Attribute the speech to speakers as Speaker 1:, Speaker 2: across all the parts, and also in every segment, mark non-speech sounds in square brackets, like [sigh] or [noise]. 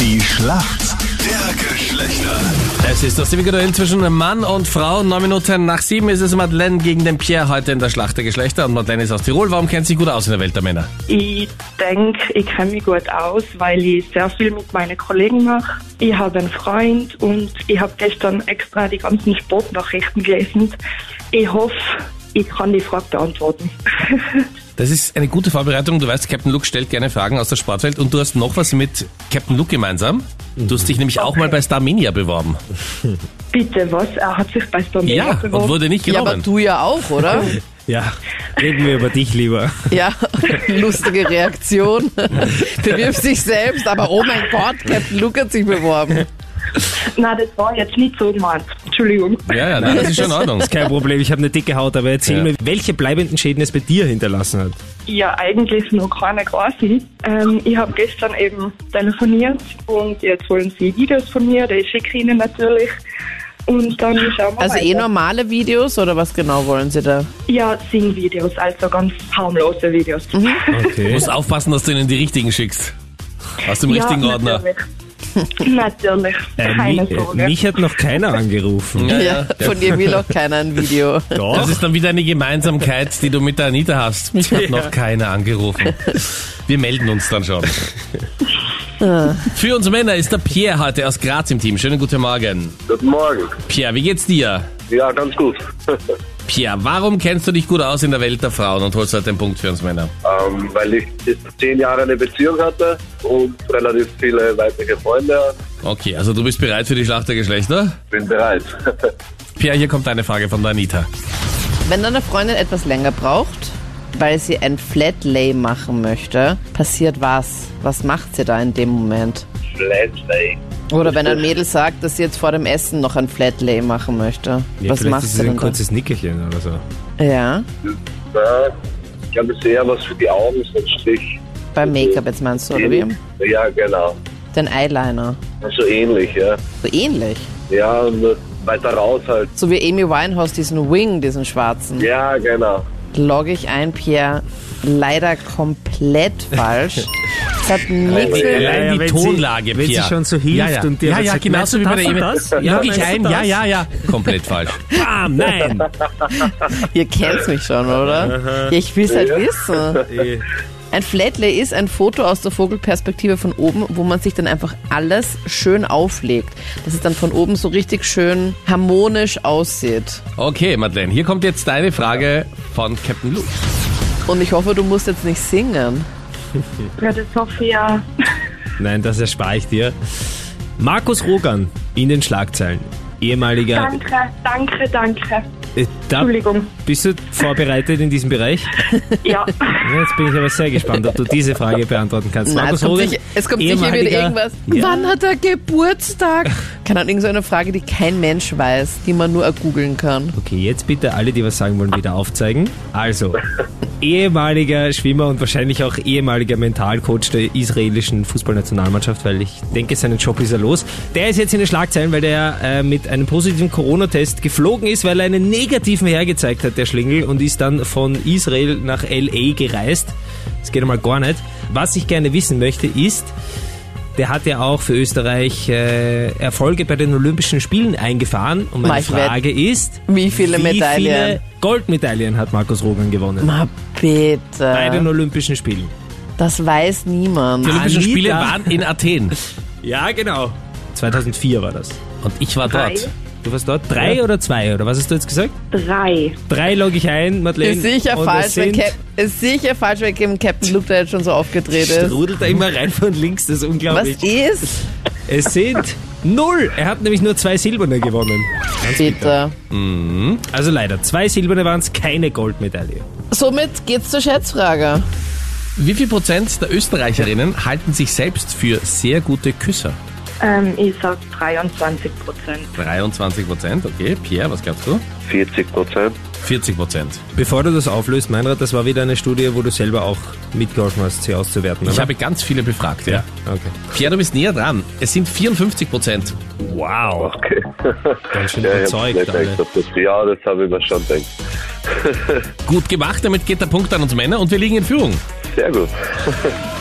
Speaker 1: Die Schlacht der Geschlechter.
Speaker 2: Es ist das ewige Duell zwischen Mann und Frau. Neun Minuten nach sieben ist es Madeleine gegen den Pierre heute in der Schlacht der Geschlechter. Und Madeleine ist aus Tirol. Warum kennt sie sich gut aus in der Welt der Männer?
Speaker 3: Ich denke, ich kenne mich gut aus, weil ich sehr viel mit meinen Kollegen mache. Ich habe einen Freund und ich habe gestern extra die ganzen Sportnachrichten gelesen. Ich hoffe, ich kann die Frage beantworten. [laughs]
Speaker 2: Das ist eine gute Vorbereitung. Du weißt, Captain Luke stellt gerne Fragen aus der Sportwelt. Und du hast noch was mit Captain Luke gemeinsam. Du hast dich nämlich auch mal bei Starmania beworben.
Speaker 3: Bitte, was? Er hat sich bei Stormia
Speaker 2: Ja, und wurde nicht
Speaker 4: Ja, aber
Speaker 2: genommen.
Speaker 4: du ja auch,
Speaker 5: [laughs]
Speaker 4: oder?
Speaker 5: Ja, reden wir über dich lieber.
Speaker 4: [laughs] ja, lustige
Speaker 5: [laughs]
Speaker 4: Reaktion. Bewirft sich selbst, aber oh mein Gott, Captain Luke hat sich beworben.
Speaker 3: Nein, das war jetzt nicht so gemeint. Entschuldigung.
Speaker 2: ja, ja, nein, das ist schon in
Speaker 5: [laughs]
Speaker 2: Ordnung.
Speaker 5: Kein Problem, ich habe eine dicke Haut, aber erzähl
Speaker 2: Ja.
Speaker 5: mir, welche bleibenden Schäden es bei dir hinterlassen hat.
Speaker 3: Ja, eigentlich noch keine gewesen. Ähm, ich habe gestern eben telefoniert und jetzt wollen sie Videos von mir, die schicke ich ihnen natürlich. Und dann schauen wir
Speaker 4: Also eh
Speaker 3: weiter.
Speaker 4: normale Videos oder was genau wollen sie da?
Speaker 3: Ja, Sing-Videos, also ganz harmlose Videos.
Speaker 2: Du
Speaker 5: Okay.
Speaker 2: musst aufpassen, dass du ihnen die richtigen schickst. Aus dem
Speaker 3: ja,
Speaker 2: richtigen Ordner.
Speaker 3: Natürlich. [laughs] natürlich. Keine Sorge.
Speaker 5: äh, mich hat noch keiner angerufen.
Speaker 2: Ja,
Speaker 4: Ja,
Speaker 2: ja.
Speaker 4: von dir will auch keiner ein Video.
Speaker 2: Das ist dann wieder eine Gemeinsamkeit, die du mit der Anita hast. Mich hat noch keiner angerufen. Wir melden uns dann schon. Für uns Männer ist der Pierre heute aus Graz im Team. Schönen guten Morgen.
Speaker 6: Guten Morgen.
Speaker 2: Pierre, wie geht's dir?
Speaker 6: Ja, ganz gut. [laughs]
Speaker 2: Pierre, warum kennst du dich gut aus in der Welt der Frauen und holst heute den Punkt für uns Männer?
Speaker 6: ähm, weil ich bis zehn Jahre eine Beziehung hatte und relativ viele weibliche Freunde.
Speaker 2: Okay, also du bist bereit für die Schlacht der Geschlechter?
Speaker 6: Bin bereit. [laughs]
Speaker 2: Pierre, hier kommt eine Frage von der Anita.
Speaker 4: Wenn deine Freundin etwas länger braucht, weil sie ein Flat Lay machen möchte, passiert was? Was macht sie da in dem Moment?
Speaker 6: Flatlay.
Speaker 4: Oder wenn ein Mädel sagt, dass sie jetzt vor dem Essen noch ein Flat Lay machen möchte,
Speaker 5: Ja,
Speaker 4: was
Speaker 5: vielleicht
Speaker 4: macht
Speaker 5: ist
Speaker 4: sie
Speaker 5: es ein
Speaker 4: denn da?
Speaker 5: kurzes Nickerchen oder so.
Speaker 4: Ja,
Speaker 6: Ja, ich glaube, es ist eher was für die Augen, so ein Strich.
Speaker 4: beim Make-up jetzt meinst du, oder
Speaker 5: Mhm.
Speaker 4: wie?
Speaker 6: Ja, genau.
Speaker 4: Den Eyeliner.
Speaker 6: So ähnlich, ja.
Speaker 4: So ähnlich.
Speaker 6: Ja, und weiter raus halt.
Speaker 4: So wie Amy Winehouse diesen Wing, diesen schwarzen.
Speaker 6: Ja, genau.
Speaker 4: Logge ich ein, Pierre. Leider komplett falsch. Es hat nichts mit...
Speaker 6: Ja,
Speaker 2: Allein
Speaker 5: ja,
Speaker 2: die
Speaker 5: wenn sie-
Speaker 2: Tonlage,
Speaker 5: wenn sie
Speaker 2: Pierre.
Speaker 5: schon so hilft
Speaker 2: ja, ja.
Speaker 5: und dir
Speaker 2: Ja,
Speaker 5: was
Speaker 2: ja,
Speaker 5: sagt,
Speaker 2: genauso wie bei der
Speaker 5: meinst du
Speaker 2: Emil.
Speaker 5: das? Ja,
Speaker 2: Log ich
Speaker 5: meinst du
Speaker 2: ein,
Speaker 5: das?
Speaker 2: ja, ja, ja. Komplett falsch.
Speaker 5: Bam, nein!
Speaker 4: [laughs] Ihr kennt mich schon, oder? Ja, ich will's halt wissen.
Speaker 5: Äh,
Speaker 4: Ein Flatlay ist ein Foto aus der Vogelperspektive von oben, wo man sich dann einfach alles schön auflegt. Dass es dann von oben so richtig schön harmonisch aussieht.
Speaker 2: Okay, Madeleine, hier kommt jetzt deine Frage von Captain Luke.
Speaker 4: Und ich hoffe, du musst jetzt nicht singen.
Speaker 3: Ja, das hoffe ich ja.
Speaker 5: Nein, das erspare ich dir. Markus Rogan in den Schlagzeilen. Ehemaliger.
Speaker 3: Danke, danke, danke.
Speaker 5: Äh, da,
Speaker 3: Entschuldigung.
Speaker 5: bist du vorbereitet in diesem Bereich?
Speaker 3: Ja,
Speaker 5: Ja, Jetzt bin ich aber sehr gespannt, ob du diese Frage beantworten kannst.
Speaker 4: Nein, es kommt,
Speaker 5: Rogan,
Speaker 4: sicher, es kommt sicher wieder
Speaker 5: ehemaliger-
Speaker 4: irgendwas.
Speaker 5: Ja.
Speaker 4: Wann hat er Geburtstag? [laughs] Keine Ahnung, irgendeine Frage, die kein Mensch weiß, die man nur ergoogeln kann.
Speaker 5: Okay, jetzt bitte alle, die was sagen wollen, wieder aufzeigen. Also, ehemaliger Schwimmer und wahrscheinlich auch ehemaliger Mentalcoach der israelischen Fußballnationalmannschaft, weil ich denke, seinen Job ist er los. Der ist jetzt in den Schlagzeilen, weil der äh, mit einem positiven Corona-Test geflogen ist, weil er einen negativen hergezeigt hat, der Schlingel, und ist dann von Israel nach L.A. gereist. Das geht einmal gar nicht. Was ich gerne wissen möchte, ist, der hat ja auch für Österreich äh, Erfolge bei den Olympischen Spielen eingefahren. Und meine
Speaker 4: Mike Wett.
Speaker 5: Frage ist,
Speaker 4: Wie viele
Speaker 5: wie
Speaker 4: Medaillen?
Speaker 5: viele Goldmedaillen hat Markus Rogan gewonnen?
Speaker 4: Ma
Speaker 5: Bei den
Speaker 4: bitte.
Speaker 5: Olympischen Spielen.
Speaker 4: Das weiß niemand.
Speaker 2: Die Olympischen
Speaker 5: Anita.
Speaker 2: Spiele waren in Athen.
Speaker 5: Ja, genau. 2004 war das.
Speaker 2: Und ich war dort.
Speaker 5: Du warst dort drei oder zwei, oder was hast du jetzt gesagt?
Speaker 3: drei.
Speaker 5: Drei logge ich ein, Madeleine.
Speaker 4: Ist sicher,
Speaker 5: und es
Speaker 4: falsch, wenn
Speaker 5: sind-
Speaker 4: Cap ist sicher falsch, wenn Kim Captain Luke da jetzt schon so aufgedreht ist.
Speaker 5: Strudelt da immer rein von links, das ist
Speaker 4: Was
Speaker 5: unglaublich.
Speaker 4: ist?
Speaker 5: Es sind null. Er hat nämlich nur zwei Silberne gewonnen.
Speaker 4: Bitte.
Speaker 5: Also leider, zwei Silberne waren es, keine Goldmedaille.
Speaker 4: Somit geht's zur Schätzfrage.
Speaker 2: Wie viel Prozent der Österreicherinnen halten sich selbst für sehr gute Küsser?
Speaker 3: Ähm, ich sag 23 Prozent.
Speaker 2: 23 Prozent, okay. Pierre, was glaubst du?
Speaker 6: 40 Prozent.
Speaker 2: 40 Prozent.
Speaker 5: Bevor du das auflöst, Meinrad, das war wieder eine Studie, wo du selber auch mitgeholfen hast, sie auszuwerten.
Speaker 2: Ich
Speaker 5: oder?
Speaker 2: habe ganz viele befragt, ja.
Speaker 5: Okay.
Speaker 2: Pierre, du bist näher dran. Es sind 54 Prozent.
Speaker 5: Wow.
Speaker 6: Okay.
Speaker 5: Ganz schön
Speaker 6: [laughs] Ja, ich
Speaker 5: überzeugt,
Speaker 6: hab's nicht
Speaker 5: alle.
Speaker 6: gedacht, ob das, ja, das habe ich mir schon gedacht.
Speaker 2: Gut gemacht, damit geht der Punkt an uns Männer und wir liegen in Führung.
Speaker 6: Sehr gut.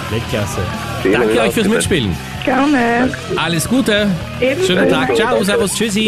Speaker 5: Weltklasse.
Speaker 2: Danke euch fürs Mitspielen.
Speaker 3: Gerne.
Speaker 2: Alles Gute.
Speaker 3: Ebenso.
Speaker 2: Schönen Tag. Ciao, servus, tschüssi.